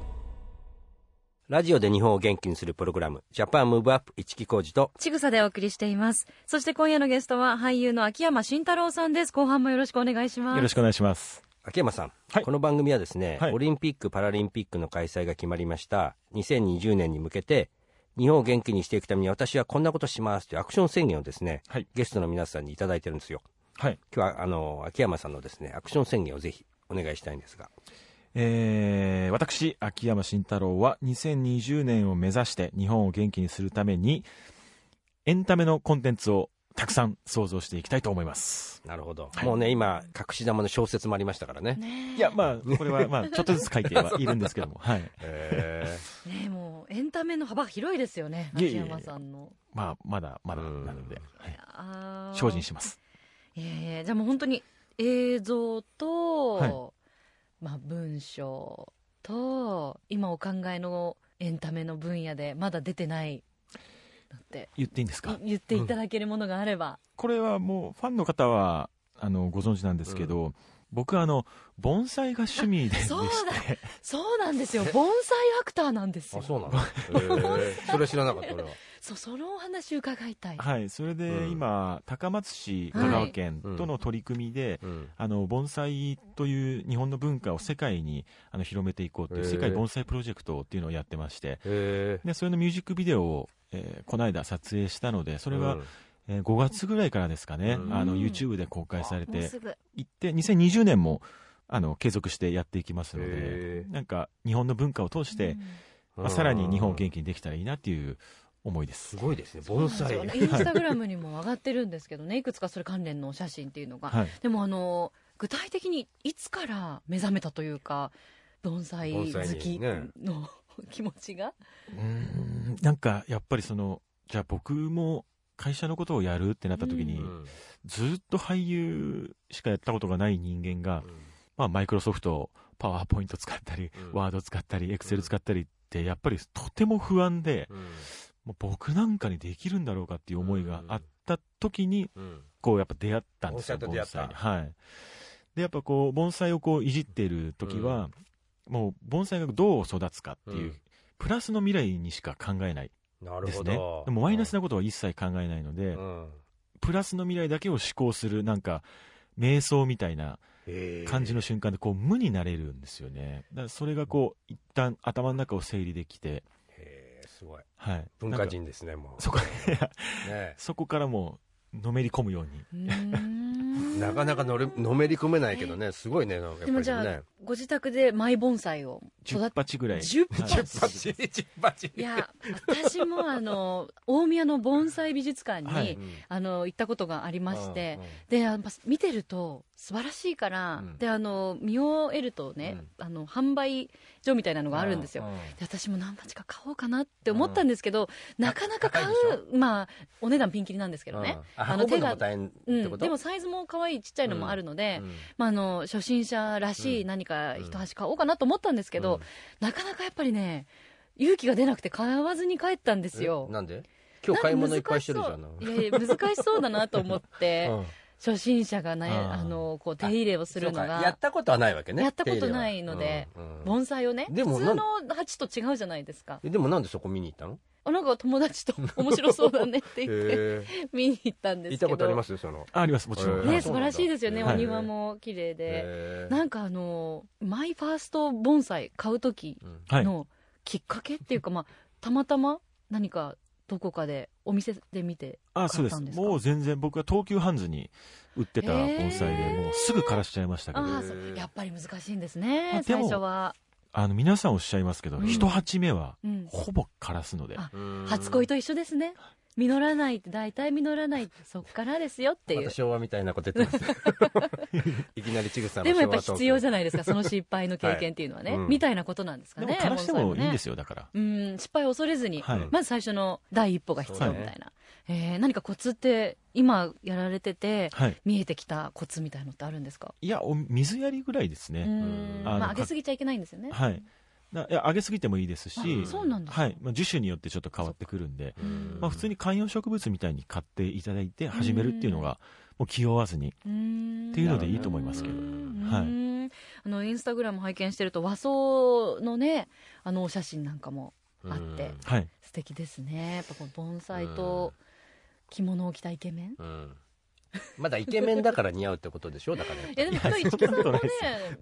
Speaker 2: ラジオで日本を元気にするプログラム、ジャパンムーブアップ一木工事と、
Speaker 3: ちぐさでお送りしています。そして今夜のゲストは俳優の秋山慎太郎さんです。後半もよろしくお願いします。
Speaker 4: よろしくお願いします。
Speaker 2: 秋山さん、
Speaker 4: はい
Speaker 2: この番組はですね、
Speaker 4: はい
Speaker 2: オリンピック・パラリンピックの開催が決まりました2020年に向けて日本を元気にしていくために私はこんなことしますというアクション宣言をですね、
Speaker 4: はい
Speaker 2: ゲストの皆さんにいただいてるんですよ
Speaker 4: はい。
Speaker 2: 今日はあの秋山さんのですねアクション宣言をぜひお願いしたいんですが
Speaker 4: えー私、秋山慎太郎は2020年を目指して日本を元気にするためにエンタメのコンテンツをたくさん創造していきたいと思います。
Speaker 2: なるほど、
Speaker 4: はい
Speaker 2: もうね今隠し玉の小説もありましたからね
Speaker 4: (laughs) いや、まあ、これ (laughs) は、まあ、ちょっとずつ書いて (laughs) はいるんですけども、はい。
Speaker 2: え
Speaker 3: ねえもうエンタメの幅広いですよね
Speaker 4: いえい
Speaker 3: 秋
Speaker 4: えいえ
Speaker 3: 山さんの
Speaker 4: まあ、まだまだなので、はい
Speaker 3: あー
Speaker 4: 精進してます。
Speaker 3: いやいやじゃあもう本当に映像と、
Speaker 4: はい
Speaker 3: まあ、文章と今お考えのエンタメの分野でまだ出てないだって
Speaker 4: 言っていいんですか
Speaker 3: い言っていただけるものがあれば、
Speaker 4: これはもう、ファンの方は、あの、ご存知なんですけど、僕は、あの、盆栽が趣味でで
Speaker 3: そうだ
Speaker 4: して、
Speaker 3: そうなんですよ盆栽アクターなんです
Speaker 2: ー
Speaker 3: よ
Speaker 2: あそう
Speaker 4: (laughs)
Speaker 2: なの、えーそれ知らなかった俺は
Speaker 3: そうそのお話伺いたい、
Speaker 4: はい、それ
Speaker 2: う
Speaker 4: で
Speaker 2: ん
Speaker 4: 今、高松市、香川県
Speaker 2: はい
Speaker 4: との取り組みで、
Speaker 2: うん
Speaker 4: あの盆栽という日本の文化を世界にあの広めていこうという
Speaker 2: へえ
Speaker 4: 世界盆栽プロジェクトっていうのをやってまして
Speaker 2: え
Speaker 4: でそれのミュージックビデオを、えーこの間撮影したのでそ
Speaker 2: そ
Speaker 4: れが、えー5月ぐらいからですかね、
Speaker 2: うん
Speaker 4: あの YouTube で公開され
Speaker 3: もう
Speaker 4: て
Speaker 3: すぐ
Speaker 4: いって2020年もあの継続してやっていきますので
Speaker 2: え
Speaker 4: なんか日本の文化を通して、
Speaker 3: うん
Speaker 2: ー
Speaker 4: まあ、さらに日本を
Speaker 2: うん
Speaker 4: 元気にできたらいいなっていう思いです
Speaker 2: す。ごいですね盆
Speaker 3: そう
Speaker 2: 栽
Speaker 3: なんですよインスタグラムにも上がってるんですけどねいくつかそれ関連のお写真っていうのが、
Speaker 4: はい
Speaker 3: でもあの具体的にいつから目覚めたというか盆栽好
Speaker 2: 盆栽
Speaker 3: き
Speaker 2: にね
Speaker 3: の (laughs) 気持ちが、
Speaker 4: うーんなんかやっぱりそのじゃあ僕も会社のことをやるってなった時に、
Speaker 2: うん
Speaker 4: ずっと俳優しかやったことがない人間が、まあ、マイクロソフトをパワーポイント使ったり、
Speaker 2: うん
Speaker 4: ワード使ったり、エクセル使ったりって、やっぱりとても不安で、
Speaker 2: うん
Speaker 4: もう僕なんかにできるんだろうかっていう思いがあった時に、
Speaker 2: うん
Speaker 4: こう、やっぱ出会ったんですよ、
Speaker 2: 盆栽と出会った
Speaker 4: 盆栽にはい。で、やっぱこう、盆栽をこう、いじってる時は、もう、盆栽がどう育つかってい
Speaker 2: う
Speaker 4: う、
Speaker 2: ん
Speaker 4: プラスの未来にしか考えない
Speaker 2: なる
Speaker 4: です
Speaker 2: ほ
Speaker 4: ね。で
Speaker 2: ど
Speaker 4: も、マイナスなことは一切考えないので、
Speaker 2: うん
Speaker 4: プラスの未来だけを思考するなんか瞑想みたいな
Speaker 2: えー
Speaker 4: 感じの瞬間でこう無になれるんですよねだからそれがこう一旦頭の中を整理できて、
Speaker 2: へーすごい
Speaker 4: はい、
Speaker 2: 文化
Speaker 4: なんか
Speaker 2: 人ですねもう
Speaker 4: そこ (laughs)
Speaker 2: ね
Speaker 4: そこからもうのめり込むように
Speaker 3: うーん
Speaker 2: なかなかのれのめり込めないけどねすごいねやっぱ
Speaker 3: で
Speaker 2: り
Speaker 3: もじゃあ、
Speaker 2: ね
Speaker 3: ご自宅でマイ盆栽を育
Speaker 4: 10
Speaker 3: て
Speaker 4: 鉢ぐらい
Speaker 3: 10
Speaker 4: はい
Speaker 3: 鉢
Speaker 2: バチリチバチ
Speaker 3: い
Speaker 2: リ
Speaker 3: や私もあの大宮の盆栽美術館に、
Speaker 4: は
Speaker 2: う
Speaker 4: い
Speaker 2: ん
Speaker 3: あの行ったことがありまして、
Speaker 2: うんうん
Speaker 3: でやっぱ見てると素晴らしいから、
Speaker 2: うん
Speaker 3: であの見終えるとね、あの販売所みたいなのがあるんですよ、
Speaker 2: う
Speaker 3: で私も何鉢か買おうかなって思ったんですけど、なかなか買
Speaker 2: 高いで
Speaker 3: うまあお値段ピンキリなんですけど
Speaker 2: うん
Speaker 3: ね、
Speaker 2: あ
Speaker 3: の
Speaker 2: 運ぶのも大変っ
Speaker 3: う
Speaker 2: てこ
Speaker 3: ん、
Speaker 2: と
Speaker 3: でもサイズも可愛いちっちゃいのもあるので、まあ、あの初心者らしい何か一鉢買おうかなと思ったんですけど、なかなかやっぱりね勇気が出なくて買わずに帰ったんですよ
Speaker 2: えなんで今日買い物いっぱいしてるじゃ
Speaker 3: なんか難しそういやいや難しそうだなと思って、
Speaker 2: (laughs) うん
Speaker 3: 初心者がね、
Speaker 4: あー
Speaker 3: あのこう手入れをするの
Speaker 2: そうかや
Speaker 3: が
Speaker 2: ったことはないわけね
Speaker 3: やったことないので
Speaker 2: 手入れはうんうん
Speaker 3: 盆栽をね
Speaker 2: でも
Speaker 3: 普
Speaker 2: な
Speaker 3: 通
Speaker 2: ん
Speaker 3: の鉢と違うじゃないですか
Speaker 2: えでもなんでそこ見に行ったの
Speaker 3: あなんか友達と面白そうだねって言って
Speaker 2: え
Speaker 3: 見に行ったんです
Speaker 2: 行
Speaker 3: け
Speaker 2: った
Speaker 3: ど
Speaker 2: ことありますよその
Speaker 4: あありますもちろ
Speaker 2: え
Speaker 4: ん、
Speaker 3: ね
Speaker 2: あ
Speaker 4: はい
Speaker 2: そう
Speaker 3: 素晴
Speaker 2: なんだ
Speaker 3: らしいですよね、
Speaker 4: はい
Speaker 3: お庭も綺麗で、
Speaker 2: へー
Speaker 3: なんかあのマイファースト盆栽買う時
Speaker 2: うん
Speaker 4: はい
Speaker 3: のきっかけっていうか、まあ、たまたま何かどこかでお店で見て
Speaker 4: あそうで
Speaker 3: 買
Speaker 4: す
Speaker 3: ったんですか
Speaker 4: もう全然僕は東急ハンズに売ってた盆栽で、
Speaker 3: へー
Speaker 4: もうすぐ枯らしちゃいましたけど
Speaker 3: あ
Speaker 4: あ
Speaker 3: あそう
Speaker 2: へえ
Speaker 3: やっぱり難しいんです
Speaker 4: ま
Speaker 3: ね
Speaker 4: あで
Speaker 3: 最
Speaker 4: も
Speaker 3: 初は、
Speaker 4: の皆さんおっしゃいますけど、
Speaker 3: うん
Speaker 4: 一鉢目は
Speaker 3: うん、
Speaker 4: ほぼ枯らすので
Speaker 3: あ
Speaker 2: うん
Speaker 3: 初恋と一緒ですね実らないって大体実らないってそっからですよってい
Speaker 2: ま
Speaker 3: う
Speaker 2: た昭和みたいなこと言って
Speaker 3: (laughs)
Speaker 2: ますねいきなりちぐさの
Speaker 3: でもやっぱ必要じゃ
Speaker 2: ない
Speaker 3: ないですかその失敗の経験っていうのは
Speaker 2: (laughs)
Speaker 3: ね、
Speaker 2: はいうん
Speaker 3: みたいなことなんですか
Speaker 4: で
Speaker 3: ね
Speaker 4: も枯らしてもいいんですすよだから、
Speaker 3: うん失敗を恐れずに、
Speaker 4: はい
Speaker 3: まず最初の第一歩が必要みたいな、えー何かコツって今やられてて
Speaker 4: はい、
Speaker 3: 見えてきたコツみたいのってあるんですか、
Speaker 4: いやお水やりぐらいです
Speaker 3: う
Speaker 4: ね、
Speaker 3: ん
Speaker 4: あの
Speaker 3: まあ、
Speaker 4: か
Speaker 3: 上げすぎちゃいけないんですよね、
Speaker 4: はいないや上げすぎてもいいですし
Speaker 3: あそうなんですか
Speaker 4: はいまあ、樹種によってちょっと変わってくるんで、
Speaker 2: うん
Speaker 4: まあ、普通に観葉植物みたいに買っていただいて始めるっていうのがもう気負わずに
Speaker 3: うん
Speaker 4: っていうのでいいと思いますけどはい
Speaker 3: うんあのインスタグラム拝見してると和装のねあのお写真なんかもあって
Speaker 4: はい
Speaker 3: 素敵ですねやっぱこの盆栽と着物を着たイケメン
Speaker 2: うんうんまだイケメンだから似合うってことでしょだからやっ
Speaker 3: い
Speaker 2: ぱ
Speaker 3: や
Speaker 2: り
Speaker 3: でも今日市木さんもね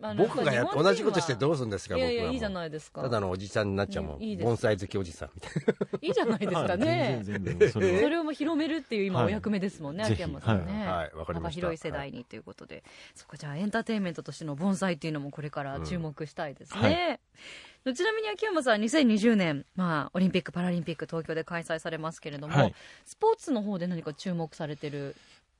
Speaker 3: あの
Speaker 2: 僕がやっ
Speaker 3: 日本人は
Speaker 2: 同じことしてどうするんですか
Speaker 3: い
Speaker 2: 僕
Speaker 3: やいや
Speaker 2: はい
Speaker 3: いじゃ
Speaker 2: もう
Speaker 3: ないですか
Speaker 2: ただのおじさんになっちゃうもん
Speaker 3: いいいいです
Speaker 2: 盆栽好きおじさんみたい
Speaker 3: いいじゃないですかね
Speaker 4: (laughs) はい全然全然それは
Speaker 3: (laughs) それをもう広めるっていう今
Speaker 4: はい
Speaker 3: お役目ですもんね、
Speaker 4: ぜ
Speaker 3: 秋
Speaker 4: ひ
Speaker 3: 山さんね、
Speaker 2: なはいわかりま
Speaker 3: 幅
Speaker 2: した
Speaker 3: 広い世代にということで、そっかじゃあエンターテインメントとしての盆栽っていうのもこれから注目したいです
Speaker 4: うんは
Speaker 3: ね、ちなみに秋山さん2020年、まあ、オリンピック・パラリンピック東京で開催されますけれども、
Speaker 4: はい
Speaker 3: スポーツの方で何か注目されてる、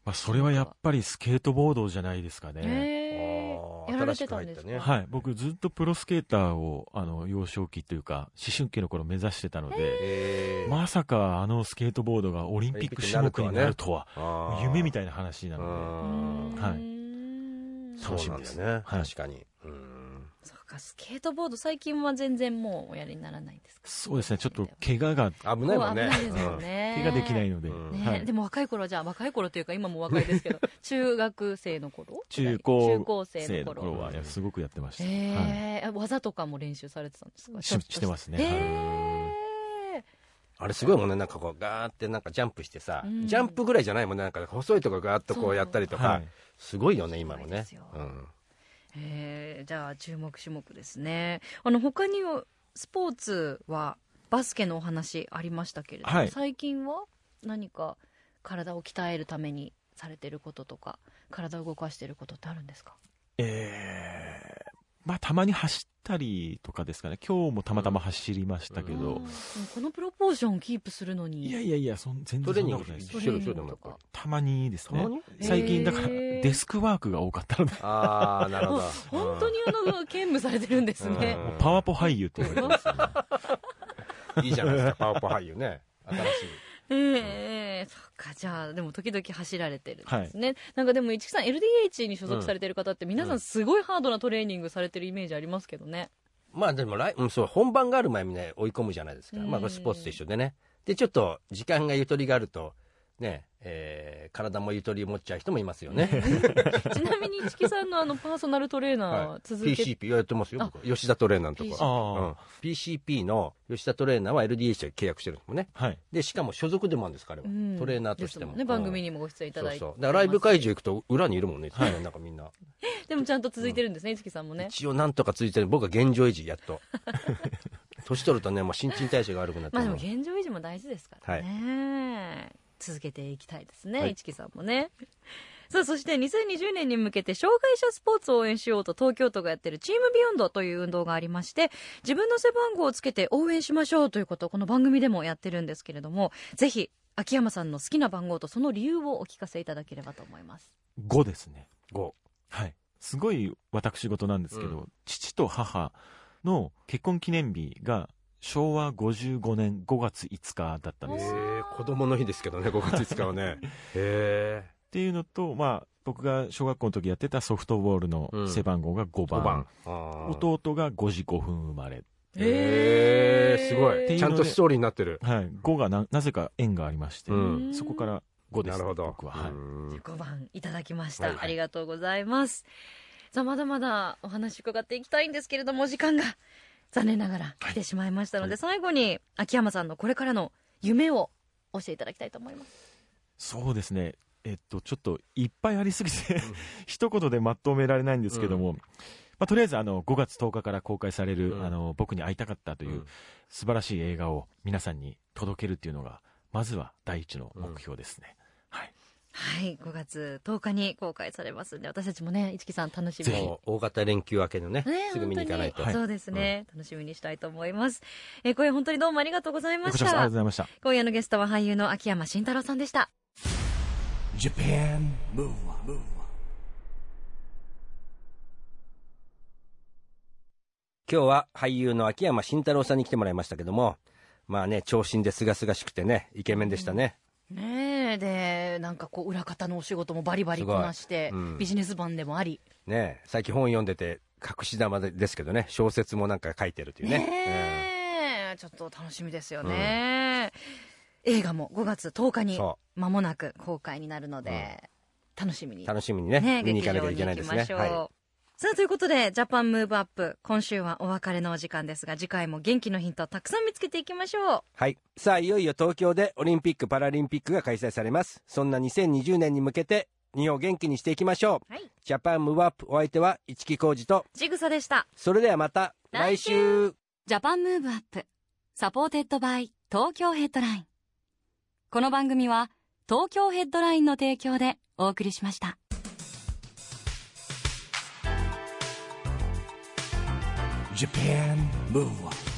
Speaker 4: まあ、それはやっぱりスケートボードじゃないですかね、
Speaker 3: え
Speaker 2: あ
Speaker 3: ー、
Speaker 2: ー
Speaker 3: やられてたんですか、
Speaker 2: 新しく入ったね
Speaker 4: はい、僕ずっとプロスケーターをあの幼少期というか思春期の頃目指してたので、
Speaker 2: えー
Speaker 4: まさかあのスケートボードがオリンピック種目になるとは
Speaker 2: あー
Speaker 4: 夢みたいな話なの
Speaker 2: うん
Speaker 4: ではいう
Speaker 3: ーん
Speaker 2: そうなんですね
Speaker 4: はい
Speaker 2: 確かにうん
Speaker 3: そうかスケートボード最近は全然もうおやりにならないんですか
Speaker 4: でそうですねちょっと怪我が
Speaker 2: 危ないもんね
Speaker 3: 危ないですよね、
Speaker 4: 怪我できないので、
Speaker 2: うん
Speaker 3: ね
Speaker 4: はい
Speaker 3: でも若い頃じゃあ若い頃というか今も若いですけ
Speaker 4: (laughs)
Speaker 3: ど中学生の頃
Speaker 4: 中高
Speaker 3: 中高生
Speaker 4: 生
Speaker 3: の
Speaker 4: の
Speaker 3: 頃
Speaker 4: 頃はいやすごくやってました、はい
Speaker 3: えー技とかも練習されてたんですか
Speaker 4: ししてますねはい
Speaker 3: え
Speaker 2: あれすごいもんねなんかこうガーってなんかジャンプしてさ
Speaker 3: うん
Speaker 2: ジャンプぐらいじゃないもんねなんか細いとこガーッとこうやったりと
Speaker 4: は
Speaker 2: か
Speaker 4: い
Speaker 2: すごいよね今の
Speaker 3: すごいで
Speaker 2: ね
Speaker 3: すよ
Speaker 2: うん
Speaker 3: ーえーじゃあ注目種目ですねあの他にもスポーツはバスケのお話ありましたけれども、
Speaker 4: はい
Speaker 3: 最近は何か体を鍛えるためにされてることとか体を動かしてることってあるんですか
Speaker 4: えーまあたまに走ったりとかですかね今日もたまたま走りましたけ
Speaker 2: うん
Speaker 3: あーで
Speaker 4: ど
Speaker 3: も、このプロポーションをキープするのに
Speaker 4: いやいやいやそん全
Speaker 2: ト
Speaker 4: 然
Speaker 2: レ
Speaker 4: そ
Speaker 2: ー
Speaker 4: ん
Speaker 2: ニング
Speaker 4: なことないです
Speaker 2: 一緒でしょでもやっぱり
Speaker 4: たまにです
Speaker 2: た
Speaker 4: ね
Speaker 2: まに
Speaker 4: 最近だから
Speaker 3: へー
Speaker 4: デスクワークが多かったので、
Speaker 2: ああなるほど
Speaker 3: 本当にあの兼務されてるんですね
Speaker 2: う。ん
Speaker 4: もうパワポ俳優って言われてます、ね、
Speaker 2: うんいいじゃないですかパワーポ俳優ね新しい
Speaker 3: ええそっかじゃあでも時々走られてるんですね。なんかでも一木さん LDH に所属されてる方って皆さんすごいハードなトレーニングされてるイメージありますけ
Speaker 2: (laughs)
Speaker 3: どね。
Speaker 2: まあでも来、うん、そう、本番がある前にね、追い込むじゃないですか。
Speaker 3: うん
Speaker 2: まあこれスポーツと一緒でね。で、ちょっと時間がゆとりがあると、ね、えー体もゆとりを持っちゃう人もいますよね。
Speaker 3: ちなみに一木さんのあのパーソナルトレーナー
Speaker 2: は
Speaker 3: 続
Speaker 2: い、
Speaker 3: けて、
Speaker 2: PCP やってますよ、僕吉田トレーナーのところ、う
Speaker 4: あ
Speaker 2: ん、PCP の吉田トレーナーは LDH で契約してるんですもんね。
Speaker 4: あはい
Speaker 2: で、しかも所属でもあるんですから、あれ
Speaker 3: う
Speaker 2: は
Speaker 3: ん
Speaker 2: トレーナーとしても。
Speaker 3: ですんね番組
Speaker 2: に
Speaker 3: にもご出演いただいて
Speaker 2: そ
Speaker 3: ま
Speaker 2: う
Speaker 3: す。
Speaker 2: そう。だからライブ会場行くと裏にいるもんね、いつもねなんかみんな。
Speaker 3: でもちゃんと続いてるんですね一木さんもね。
Speaker 2: 一応なんとかついてる。僕は現状維持、やっ
Speaker 3: (laughs)
Speaker 2: と。年取るとね、もう新陳代謝が悪くなって
Speaker 3: まあで
Speaker 2: も
Speaker 3: も
Speaker 2: う
Speaker 3: 現状維持も大事ですからね、続けていきたいですね、
Speaker 2: はい
Speaker 3: 市木さんもね (laughs) さあそして2020年に向けて障害者スポーツを応援しようと東京都がやってるチームビヨンドという運動がありまして自分の背番号をつけて応援しましょうということをこの番組でもやってるんですけれどもぜひ秋山さんの好きな番号とその理由をお聞かせいただければと思います
Speaker 4: 5ですね
Speaker 2: 5。
Speaker 4: はいすごい私事なんですけど、父と母の結婚記念日が昭和55年5月5日だったん
Speaker 2: え
Speaker 4: です
Speaker 3: おー
Speaker 2: ー子供の日ですけどね、5月5日はね。
Speaker 3: (laughs)
Speaker 2: へ
Speaker 4: っていうのと、まあ、僕が小学校の時やってたソフトボールの背番号が5
Speaker 2: ー。5番
Speaker 4: 番,、。
Speaker 2: あー
Speaker 4: 弟が5時5分生まれ、
Speaker 2: へー、すご
Speaker 4: って
Speaker 2: い。
Speaker 4: いうので
Speaker 2: ちゃんとストーリーになってる。
Speaker 4: はい、5がななぜか縁がありまして、
Speaker 2: うん
Speaker 4: そこから5です、
Speaker 2: なるほど。、
Speaker 4: 僕は、はいう
Speaker 2: ん
Speaker 3: 5番いただきました、
Speaker 2: はいはい
Speaker 3: ありがとうございますさあまだまだお話伺っていきたいんですけれどもお時間が残念ながら来てしまいましたので、最後に秋山さんのこれからの夢を教えていただきたいと思います
Speaker 4: そうですねえっとちょっといっぱいありすぎて (laughs) 一言でまとめられないんですけども、まあ、とりあえずあの5月10日から公開される、
Speaker 2: うん
Speaker 4: あの僕に会いたかったという素晴らしい映画を皆さんに届けるっていうのがまずは第一の目標ですね、はい、
Speaker 3: はい5月10日に公開されますんで私たちもね市木さん楽しみ
Speaker 4: ぜ
Speaker 3: に
Speaker 2: もう大型連休明けのね
Speaker 3: ね、
Speaker 2: すぐ見に行かないと
Speaker 3: 本当。そうですね、楽しみにしたいと思います、えー、今夜本当にどうもありがとうございまし
Speaker 4: こちらこそあり
Speaker 3: た
Speaker 4: がとうございました
Speaker 3: 今夜のゲストは俳優の秋山慎太郎さんでした
Speaker 1: Japan Move Up,
Speaker 6: 今日は俳優の秋山慎太郎さんに来てもらいましたけどもまあね長身で清々しくてねイケメンでしたね、
Speaker 3: ねえでなんかこう裏方のお仕事もバリバリこなして、
Speaker 2: すごいうん
Speaker 3: ビジネス版でもあり
Speaker 2: ねえ最近本読んでて隠し玉でですけどね小説もなんか書いてるという
Speaker 3: ね
Speaker 2: ね
Speaker 3: え、ちょっと楽しみですよね、映画も5月10日に
Speaker 2: そ
Speaker 3: 間もなく公開になるので、楽しみ
Speaker 2: う
Speaker 3: に
Speaker 2: ん楽しみにね見に行かなきゃいけないですね
Speaker 3: 劇場に行きましょう
Speaker 2: は
Speaker 3: さあということでジャパンムーブアップ今週はお別れのお時間ですが次回も元気のヒントをたくさん見つけていきましょう
Speaker 2: はい。さあ、いよいよ東京でオリンピック・パラリンピックが開催されます。そんな2020年に向けて、日本を元気にしていきましょう。
Speaker 3: はい
Speaker 2: ジャパンムーブアップお相手は市木浩二と、
Speaker 3: ジグソでした
Speaker 2: それではまた
Speaker 3: 来週
Speaker 2: 来週
Speaker 3: ジャパンムーブアップサポーテッドバイ東京ヘッドラインこの番組は東京ヘッドラインの提供でお送りしました
Speaker 1: Japan Move Up